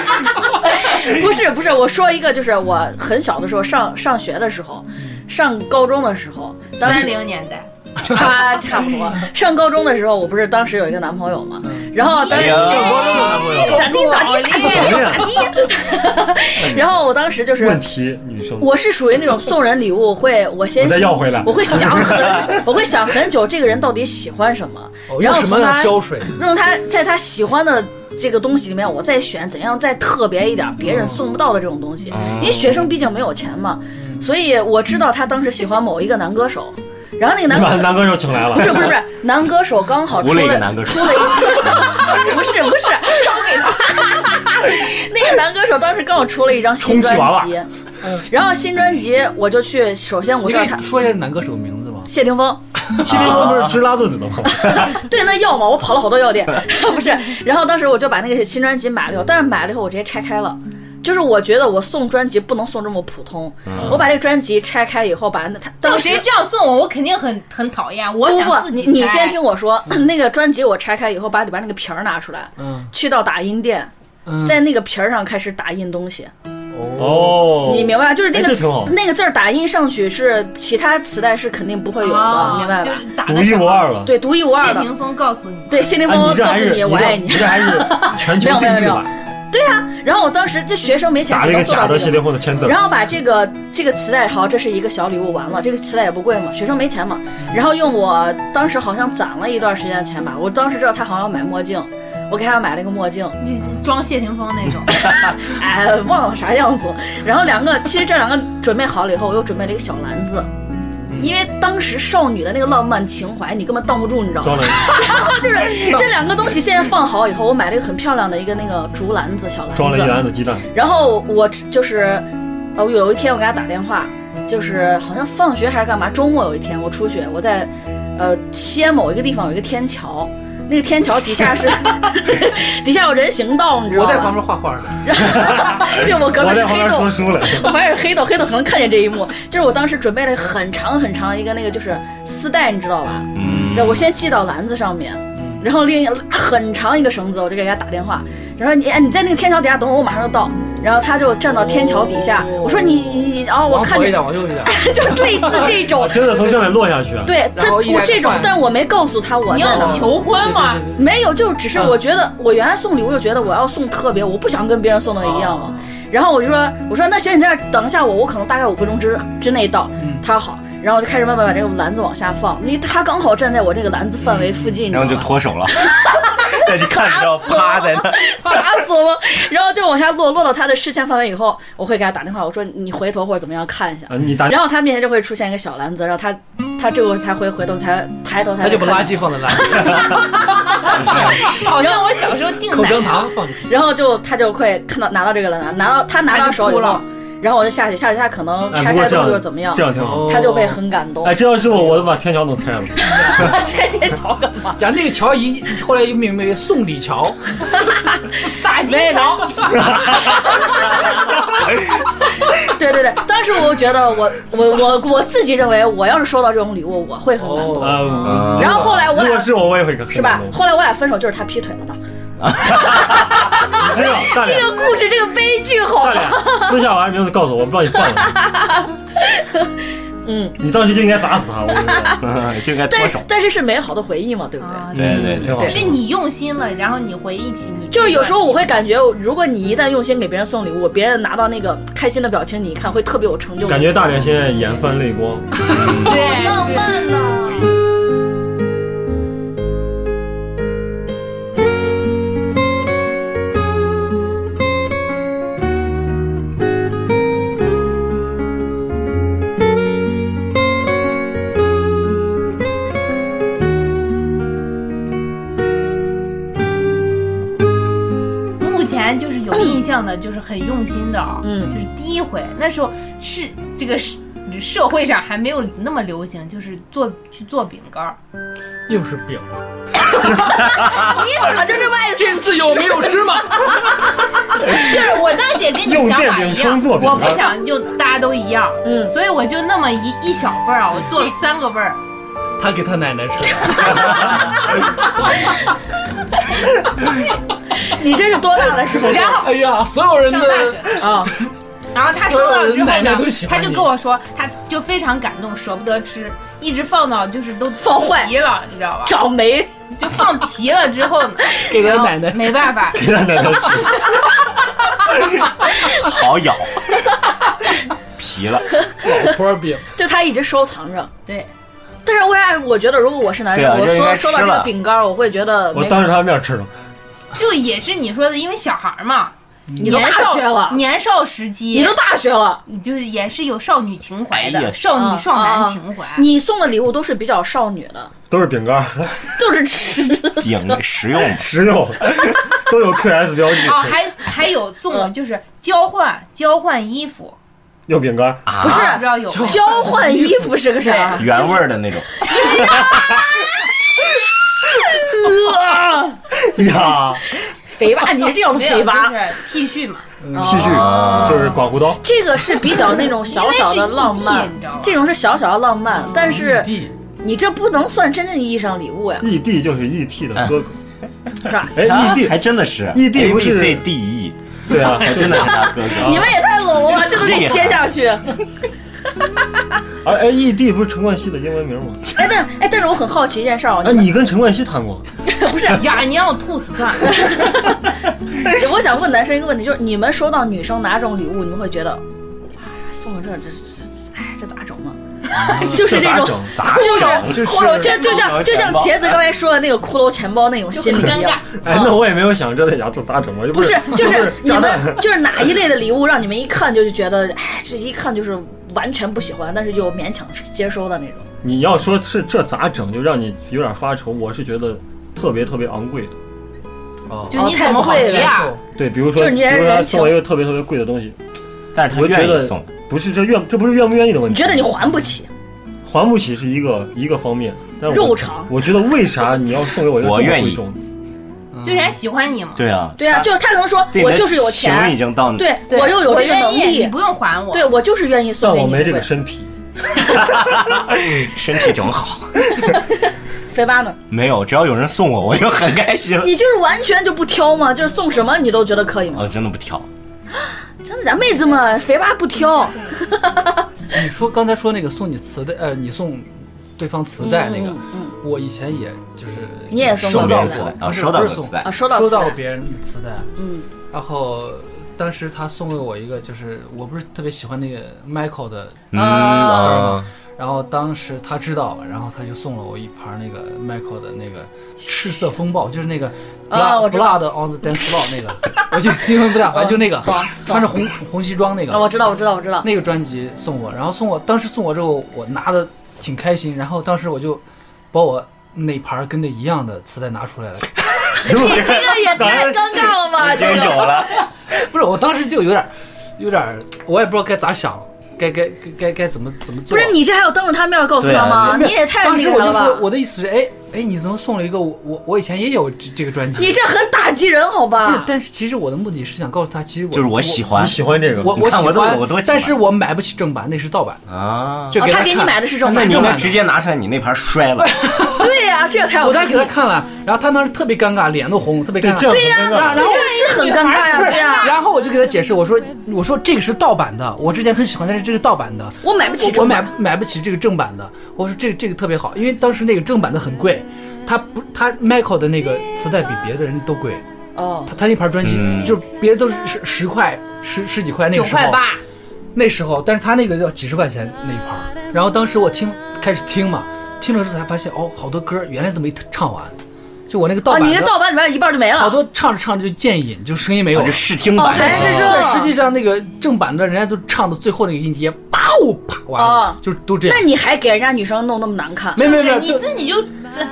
不是不是，我说一个，就是我很小的时候上上学的时候，上高中的时候，当
三
时
零年 代，
啊差不多，上高中的时候，我不是当时有一个男朋友嘛，然后当
哎
时
呀，
上高中有男朋友。
咋地咋地咋地
怎么
咋
样
地，然后我当时就是
问题女生，
我是属于那种送人礼物会，我先
我再要回来
我会想 很，我会想很久，这个人到底喜欢什么，
哦
然
用
后
什么
从
样的
他
胶水？
让他在他喜欢的这个东西里面，我再选怎样再特别一点，别人送不到的这种东西。因为学生毕竟没有钱嘛，所以我知道他当时喜欢某一个男歌手，然后那个
你
男
把
歌
南哥手请来了。
不是不是不是男歌手刚好出
糊了一个
了
男歌手
出了一个 不是不是烧给他， 那个男歌手当时刚好出了一张新
充气
专
娃娃
辑，嗯然后新专辑我就去，首先我
你
知
可以
道他
说一下男歌手名字吗？
谢霆锋。
谢霆锋不是直拉肚子的吗？
对，那药嘛，我跑了好多药店， 不是。然后当时我就把那个新专辑买了以后，但是买了以后我直接拆开了。就是我觉得我送专辑不能送这么普通，
嗯
我把这个专辑拆开以后，把那他
要
当时
谁这样送我，我肯定很很讨厌。我
不
想
不不，
自
你
己
你
拆
先听我说， 那个专辑我拆开以后，把里边那个皮儿拿出来，
嗯
去到打印店，
嗯，
在那个皮儿上开始打印东西，
哦，
你明白吧？就是那
哎
个
这
字
挺好
那个字儿打印上去是其他磁带是肯定不会有的，
啊
明白吧
就？是打
独
的
一无二了。
对，独一无
小
二
谢
的。
霆锋告诉你，
对，谢霆
哎，
锋
你这
告
还
诉
是
你我爱
这
你
你。这还是全球定制版，
然后我当时这学生没钱，
打
只
了一个
能做
假
到
的
这
谢
个。
霆锋的签字。
然后把这个这个磁带，好，这是一个小礼物，完了，这个磁带也不贵嘛，学生没钱嘛。
嗯
然后用我当时好像攒了一段时间的钱吧，我当时知道他好像要买墨镜，我给他买了一个墨镜，
就装谢霆锋 那种。
哎，忘了啥样子。然后两个，其实这两个准备好了以后，我又准备了一个小篮子，
嗯
因为当时少女的那个浪漫情怀，你根本挡不住，你知道吗
装？了，
就是这两个东西现在放好以后，我买了一个很漂亮的一个那个竹篮子，小篮子，
装了一篮子鸡蛋，
然后我就是，呃，有一天我给他打电话，就是好像放学还是干嘛，周末有一天我出去，我在，呃，西安某一个地方有一个天桥，那个天桥底下 是， 底下有人行道，你知道
我
吧？
在旁边画画呢。
边，对 我隔
我
壁
在
是
旁
黑
边说
豆。
书了。，
我旁边是黑豆，黑豆可能看见这一幕，就是我当时准备了很长很长一个那个就是丝带，你知道吧？
嗯
对，我先系到篮子上面，
嗯
然后另一拉很长一个绳子，我就给他打电话，然后你哎你在那个天桥底下等我，我马上就到。然后他就站到天桥底下，
哦
我说你你你哦，我
往
看
左一
着
点，往右一点。
就类似这 种
真的从上面落下去，啊
对，
然
他
后一
我
边
这种
看，
但我没告诉他我
你
在哪
要
儿。
求婚吗？
没有，就是只是
嗯
我觉得我原来送礼物就觉得我要送特别，我不想跟别人送的一样
哦
了。然后我就说我说那行，你在这儿等一下我，我可能大概五分钟之之内到。
嗯
他说好，然后我就开始慢慢把这个篮子往下放，因为他刚好站在我这个篮子范围附近，
嗯
你知
然
道
后就
吧？
脱手了，但是看 着趴在那，
砸死我！然后就往下落，落到他的视线范围以后，我会给他打电话，我说你回头或者怎么样看一下。
啊，你打
然后他面前就会出现一个小篮子，然后他他这个才回回头才抬头才
他就把
看
垃圾放在篮子，
好像我小时候订
口香
奶，
糖放进去。
然后就他就会看到拿到这个了，拿到他拿到手以
他就哭
后
了，
然后我就下去，下去他可能
哎，
拆
不过
开
这
动作
样
怎么样
这，样挺好。
哦
他就会很感动
哎，。这要是我，我都把天桥弄 拆了。
拆天桥干嘛？
呀，那个桥一后来又命名为送礼桥，
撒金条，
对对对，当时我觉得我我我我自己认为，我要是收到这种礼物，我会很感动。
啊
哦
呃，
然后后来我
如果
俩
是我，我也会
是
是
吧？后来我俩分手就是他劈腿了吧？
你知道，大脸
这个故事，这个悲剧好
大
吧？
脸，私下把名字告诉我，我不知道你报了。
嗯，
你当时就应该砸死他，我 觉得。嗯
嗯就应该脱
但
手
是。但是是美好的回忆嘛，对不对？
啊，
对对对
挺好
对
是你用心了，然后你回忆起你，
就是有时候我会感觉，如果你一旦用心给别人送礼物，别人拿到那个开心的表情，你一看会特别有成就
感
感。
觉大连现在眼泛泪光，
对
浪漫呐、
目前就是有印象的，就是很用心的啊、
嗯
就是第一回，那时候是这个是社会上还没有那么流行，就是做去做饼干儿，
又是饼，
你怎么就这么爱
这次有没有芝麻？
就是我当时也跟你
用
想法
电
一
饼
样
铛做，饼
我
干
不想就大家都一样，
嗯
所以我就那么一一小份儿啊，我做了三个味儿，
他给他奶奶 吃，
你这是多大的时候
然后
哎呀，所有人
上大学
的
的时候。
啊？
然后他收到之后
奶奶
呢
都喜，欢
他
你
就跟我说，他就非常感动，舍不得吃，一直放到就是都
放坏
皮了，你知道吧？
长霉，
就放皮了之后呢，
给他
然后
奶 奶
没办法，
给他奶奶 吃。
好咬， 皮了。
老婆饼，
就他一直收藏着。
对，
但是为啥我觉得如果我是男生，
对啊
我
这应
收
该
收到这
吃
个
了
饼干，我会觉得
我
没
当着他的面吃了，
就也是你说的，因为小孩儿嘛，
你都
年
大
少
学了
年少时期，
你都大学了，
你就是也是有少女情怀
哎
的，
呀
少
啊
女少男
啊
情怀。
你送的礼物都是比较少女的，
都是饼干，
就是吃的。
饼实用，
实用， 都有 QS 标记，
哦，还还有送
嗯
的就是交换交换衣服，
有饼干，
啊
不是
不知道有没有
交换衣服是个啥？
原味儿的 那种。
哦
呀，
肥吧，你是这样的
没有
肥
就
吧？
是 T 恤嘛，
剃须就是刮胡刀，
这个是比较那种小小的浪
因为是异
漫
地你知道吗，
这种是小小的浪漫，但是
弟，
你这不能算真正意义上礼物
嗯
呀，
异地 E 就是异地的哥哥，
是吧？
哎，异地
啊还真的是
异地
A
不
B
是
C D E，
对啊，
还真的是他哥哥。
哎你们也太冷了吧，这都给接 下去。
而哎，异地不是陈冠希的英文名吗？
哎，但哎，但是我很好奇一件事儿哦，
哎，
你
你跟陈冠希谈过？
不是，
呀，你让我吐死 算了。
我想问男生一个问题，就是你们收到女生哪种礼物，你们会觉得，哇，送了这这这，哎，这咋整嘛？ 就是这
咋
种
整，
咋
就是
整？就是
骷髅
就就像就像茄子刚才说的那个骷髅钱包那种
就
心
很
理一
尴尬
样。，
哎，那我也没有想这呀，这咋整？我又
不
是
是，就
又
是你
炸
们
弹，
就是哪一类的礼物让你们一看就觉得，哎，这一看就是完全不喜欢，但是又勉强接收的那种。
你要说是这咋整，就让你有点发愁。我是觉得特别特别昂贵的，
哦，
就你怎么好
太贵了
吃呀？
对，比如说，
就是你
比
也
如说他
人
送我一个特别特别贵的东西，
但是他
我觉
愿意
得
送，
不是这愿，这不是愿不愿意的问
你
题。
觉得你还不起？
还不起是一个一个方面，但我
肉偿
我觉得为啥你要送给我一个
我
这么
愿
贵
意
重的？
就人家喜欢你嘛。
对啊，
对啊，就是他可能说
对
我
你的
就是有
情已
钱，
经到你
对
对
我又有这个
愿
能
意你
力，
不用还我。
对我就是愿意送
但
给
我
你。
没这个身体，
身体整好。
肥八呢？
没有，只要有人送我，我就很开心。
你就是完全就不挑吗？就是送什么你都觉得可以
哦
吗？
我哦真的不挑，
真的假？妹子们，肥八不挑，
你说刚才说那个送你磁带，呃，你送对方磁带那个，我以前也就是
嗯你也送
收
过
到
磁
过
带，
啊，
不是
收到
不
过
是送
磁带
啊，，收到
收
磁带
哎到过别人的磁带，
嗯，
然后当时他送给我一个，就是我不是特别喜欢那个 Michael 的，
嗯啊，
然后当时他知道了，然后他就送了我一盘那个 Michael 的那个赤色风暴，就是那个 Blood,、
啊我知道
Blood on the Dance Floor 那个，我就英文不大，反正就那个、
懂懂
穿着红红西装那个，
啊啊，我知道，我知道，我知道。
那个专辑送我，然后送我当时送我之后，我拿的挺开心，然后当时我就把我那盘跟那一样的磁带拿出来了，
你这个也太尴尬了 吧！
已经
这
有
个
了，
不是，我当时就有点，有点，我也不知道该咋想，该该该该该怎么怎么
不
做。啊
是你这还有当着他面告诉他吗？
没有
你也太
啊 当
厉
时
害
我就
了
说，
吧！
我的意思是，哎哎，你怎么送了一个我我我以前也有这这个专辑？
你这很打击人，好
不是
吧？，
但是其实我的目的是想告诉他，其实我
就是我喜欢
你喜欢这个？
我
你
我喜
看我都有
欢，
我多喜欢
但是我买不起正版，那是盗版。
啊。
就
哦
给
他
看
给你买的是正
那
版
你
正
应
版
该
的
直接拿出来，你那盘摔 了。
对呀，这才有
我当时
意
给
义
他看了，然后他当时特别尴尬，脸都红，了，特别
对
尴，
这
尬。
样很尴尬。
然后
这是很尴尬呀，对呀。
然后我就给他解释，我说我说这个是盗版的，我之前很喜欢，但是这个盗版的，
我买不起
我
正
买
版，
买不起这个正版的。我说这个、这个特别好，因为当时那个正版的很贵，他不他 Michael 的那个磁带比别的人都贵，
哦，
他他那盘专辑、
嗯
就是别的都是十十块十十几块那
九
个时候，
块八，
那时候，但是他那个要几十块钱那一盘儿，然后当时我听开始听嘛，听了之后才发现哦，好多歌儿原来都没唱完，就我那个盗
啊，
版
你
的，
的盗版里面一半就没了，
好多哎唱着唱着就渐隐，就声音没有
我
了
啊这。试听
哦，
版
还是
的，
这，
但实际上那个正版的人家都唱到最后那个音节，啪呜啪完了
哦，
就是都这样
那。你还给人家女生弄那么难看？
没没没
就是
有，
你
就
自己就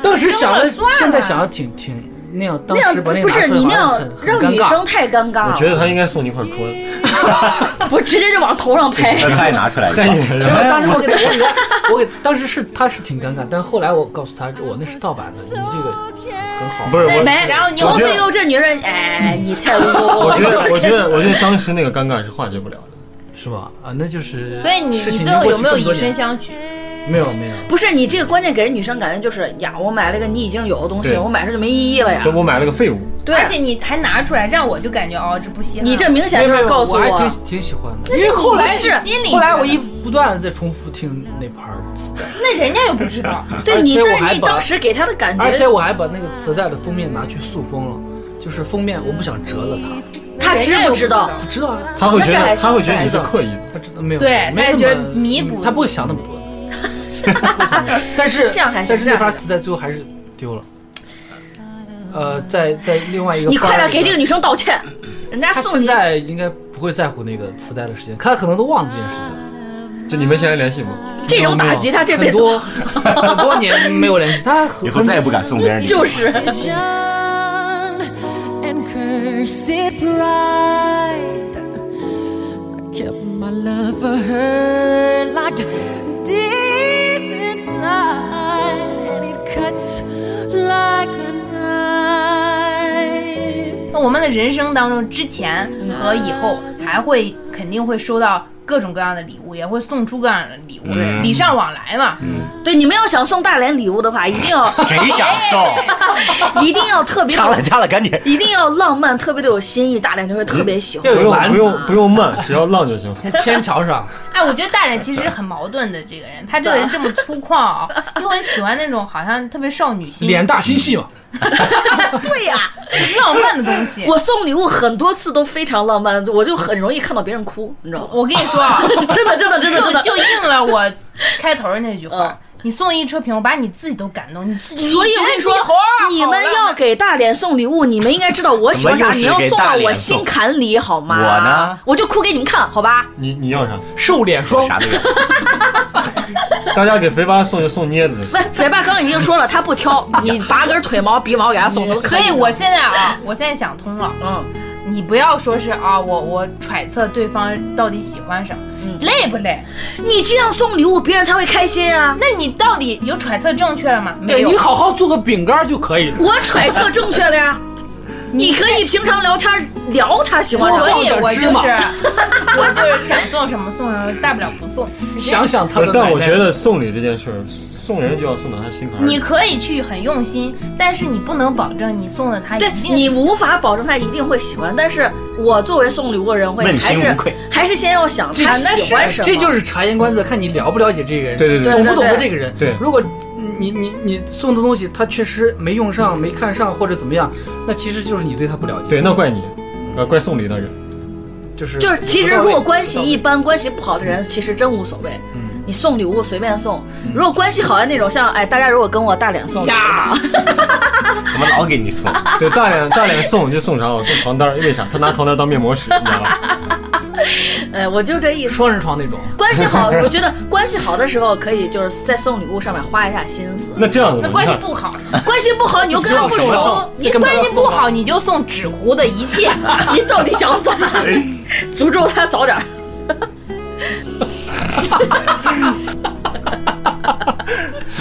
当时想
了
了，
算了，
现在想了挺挺那样，当
那样
时把那
不
个拿
是
出来好
你那
像
样
很很
让
尴
女
尬
生。太尴尬
我
了，
觉得他应该送你一块砖，
不是直接就往头上拍。
那他也拿出来一
太
个。
你
然后当时我给他，我给他，我给当时是他是挺尴尬，但后来我告诉他，我那是盗版的，你这个很好。
不是我。
没，
然后你
我
从
觉
此
得
以后这女人，哎，你太污我
我觉得，我觉得，我觉得当时那个尴尬是化解不了的。
是吧？啊，那就是。
所以你
事
你
情
最后有没有
已经过
以
去这么多
身
年
相许？
没有没有，
不是你这个关键给人女生感觉就是呀，我买了一个你已经有的东西，
对
我买这就没意义
嗯
了呀
对，。我买了个废物，
对，
而且你还拿出来，让我就感觉哦，这不稀罕。
你这明显就
没有
是
没有
告诉
我，还挺挺喜欢的。
那
因
是
为
你
后来
自己心里
后来我
觉得
一不断的在重复听那盘儿磁带，
那人家又不知 道，
对
而
你，
且我
但是
还
你
把
当时给她的感
而且
觉，
我还把那个磁带的封面拿去塑封了，就是封面我不想折了它。
她
人
知
家又
不
不
知
道
道？？
他知道啊，
他会觉
那这还
得
是
他会觉得你是刻意的。
他知道没有？
对
没
他
那么
觉
嗯
得弥补
他不会想那么 多的。不会想那么多但是
这样还行
但是
这
那
样还
盘
行
磁带最后还是丢了。呃，在在另外一个
你快
班儿
点
里
给这
面
个女生道歉，人家
他
送
现
你。
在应该不会在乎那个磁带的事情，他可能都忘了这件事情。
就你们现在联系吗？
这种打击，他这辈子
很多很多年没有联系，他很
以后再也不敢送别人礼物。
就是。
and curse it right. I kept my love for her locked deep inside, and it cuts like a knife.
那我们的人生当中，之前和以后还会肯定会收到各种各样的礼物，也会送出各样的礼物，
嗯
礼尚往来嘛。
嗯
对，你们要想送大连礼物的话，一定 要
谁想 送？
一定要特别
掐了掐了，赶紧。
一定要浪漫，特别的有新意，大连就会特别喜欢
要。
不
有
用
丸
不
子
用不用慢，只要浪就行。
天桥上，
哎，我觉得大人其实很矛盾的这个人，他这个人这么粗犷啊，又很喜欢那种好像特别少女心、
脸大心细嘛。
对 呀、浪漫的东西。
我送礼物很多次都非常浪漫，我就很容易看到别人哭，你知道吗？
我跟你说啊，
真的，真的，真的，真
就
的。
就应了我开头那句话
嗯。
你送一车瓶，我把你自己都感动，你自己
所以我跟你说
觉得自己好啊，
你们
好浪
要
漫
给大脸送礼物，你们应该知道我喜欢啥，
怎
你
么又
要
是给
送到
大
我
脸
心
送
坎里好吗？
我呢，
我就哭给你们看好吧？
你你要啥？
瘦脸霜，
啥都 有。
大家给肥八送就送镊子就行。
喂，肥爸刚刚已经说了，他不挑，你拔根腿毛、鼻毛给他送都可
所
以。
以我现在啊，我现在想通了，
嗯，
你不要说是啊，我我揣测对方到底喜欢什么，累不累？
你这样送礼物，别人才会开心啊。
那你到底有揣测正确了吗？没
对
有
你。好好做个饼干就可以了。
我揣测正确了呀。你可以平常聊天聊他喜欢啥
所，以
放点
我就
芝
是，
麻
我就是想送什么送什么，大不了不送。
想想他
不
的，
是但我觉得送礼这件事儿，送人就要送到他心坎儿
你
里。
可以去很用心，但是你不能保证你送的他
对
一定
你无法保证他一定会喜欢，但是我作为送礼物的人会
问
还
心
是
无愧
还是先要想
这
他喜欢什么。
这就是察言观色，看你了不了解这个人，
对对对
对
懂不懂得这个人。
对
如果你你你送的东西他确实没用上、没看上或者怎么样，那其实就是你对他不了解。
对，那怪你，呃，怪送礼的人。
就是
就是其实
不到
如
位
果关系一般、关系不好的人，其实真无所谓。你送礼物随便送，如果关系好的那种，像哎，大家如果跟我大脸送礼物的话，
怎么老给你送？哎
对，大脸大脸送就送啥？我送床单儿，为啥？他拿床单当面膜使，你知道吧？
哎，我就这意思。
双人床那种，
关系好，我觉得关系好的时候可以就是在送礼物上面花一下心思。
那这样子，
那
你
关系
看，
不好，
关系不好你就跟他不
送
熟
送，
你
这根本
关
关
系
系不好你就送纸糊的一切。
你到底想咋？诅咒他早点儿。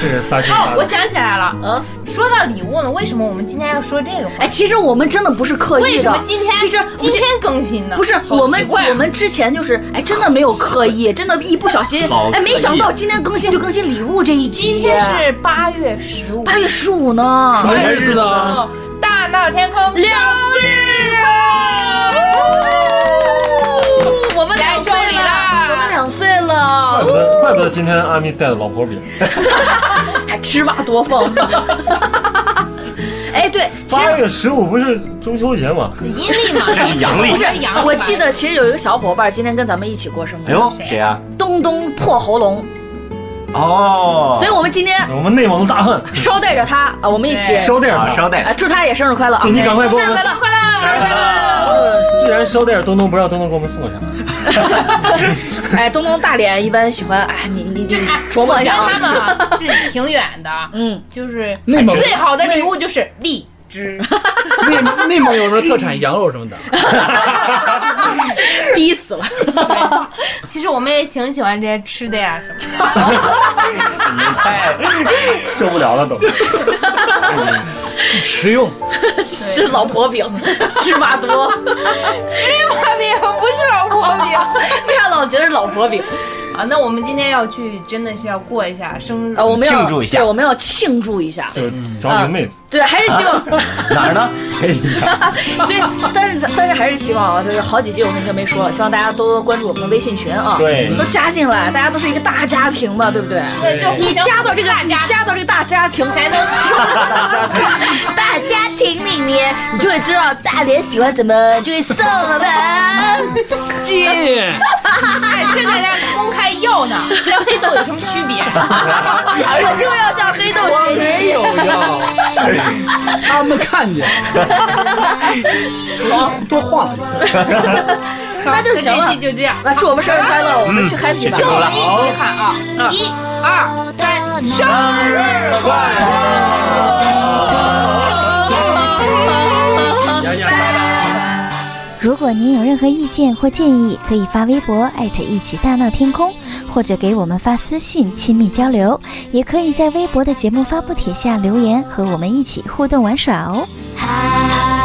这个撒娇
哦，
撒
我
的。
想起来了，
嗯，
说到礼物呢，为什么我们今天要说这个话？
哎，其实我们真的不是刻意的。
为什么今天
其实
今天更新呢？
不是
好
我
奇
们
怪啊
我们之前就是哎，真的没有 刻意，真的，一不小心
老
哎，没
刻意
想到今天更新就更新礼物这一集。
今天是八月十五，
八月十五呢。
什么日子啊？
哦大闹天空，亮日快乐。
啊哥今天阿咪带的老婆饼，
还芝麻 多放。哎，对，其
八
实
月十五不是中秋节嘛？
阴历嘛，
这是阳历
不是阳历吧。
我记得其实有一个小伙伴今天跟咱们一起过生
哎
日，
呦，谁呀、
东东破喉咙，
哦，
所以我们今天
我们内蒙的大汉，
捎带着他啊，我们一起
对
捎带着
啊，
他
稍待
啊，，祝他也生日快乐啊！
就你赶快给我
生日
们
快乐，
快乐，
呃既然捎带着东东不让东东给我们送个啥？
哎，东东大脸一般喜欢，哎，你 你你琢
我
磨一
家
下
他们
啊。
啊，自己挺远的，
嗯，
就是
内蒙
最好的礼物就是荔枝，
内蒙内蒙有什么特产羊肉什么的？
逼死了。
其实我们也挺喜欢这些吃的呀什么的。
你太受不了 了都。
实用，
吃老婆饼，芝麻 多，
泡饼不是老婆饼
为啥老觉得是老婆饼？
啊！那我们今天要去，真的是要过一下生日
啊，。我们要
庆祝一下
对，我们要庆祝一下。
就是找你个妹子，
对，还是希 望，
哪儿呢？哎呀，
所以，但是但是还是希望啊，就是好几集我们已经没说了，希望大家多多关注我们的微信群啊，
对
都加进来，大家都是一个大家庭嘛，对不对？
对，就
你加到这个，
大
你
家
加到这个大家庭
才能
大家庭里面，你就会知道大连喜欢怎么，就会送了 吧。
进，
哎，这大家公开要 呢，跟黑豆有什么区 别？
我就要向黑豆
我
学习。
没有要，他们看见，多多晃一下。
那就行了
这期就这样，
那祝我们生日快乐，我
嗯
们去 happy
是
跟
这样
我
吧。
们一起喊啊！一、二、三，生日
快
如果您有任何意见或建议，可以发微博艾特一起大闹天空，或者给我们发私信亲密交流，也可以在微博的节目发布帖下留言，和我们一起互动玩耍哦。
嗨。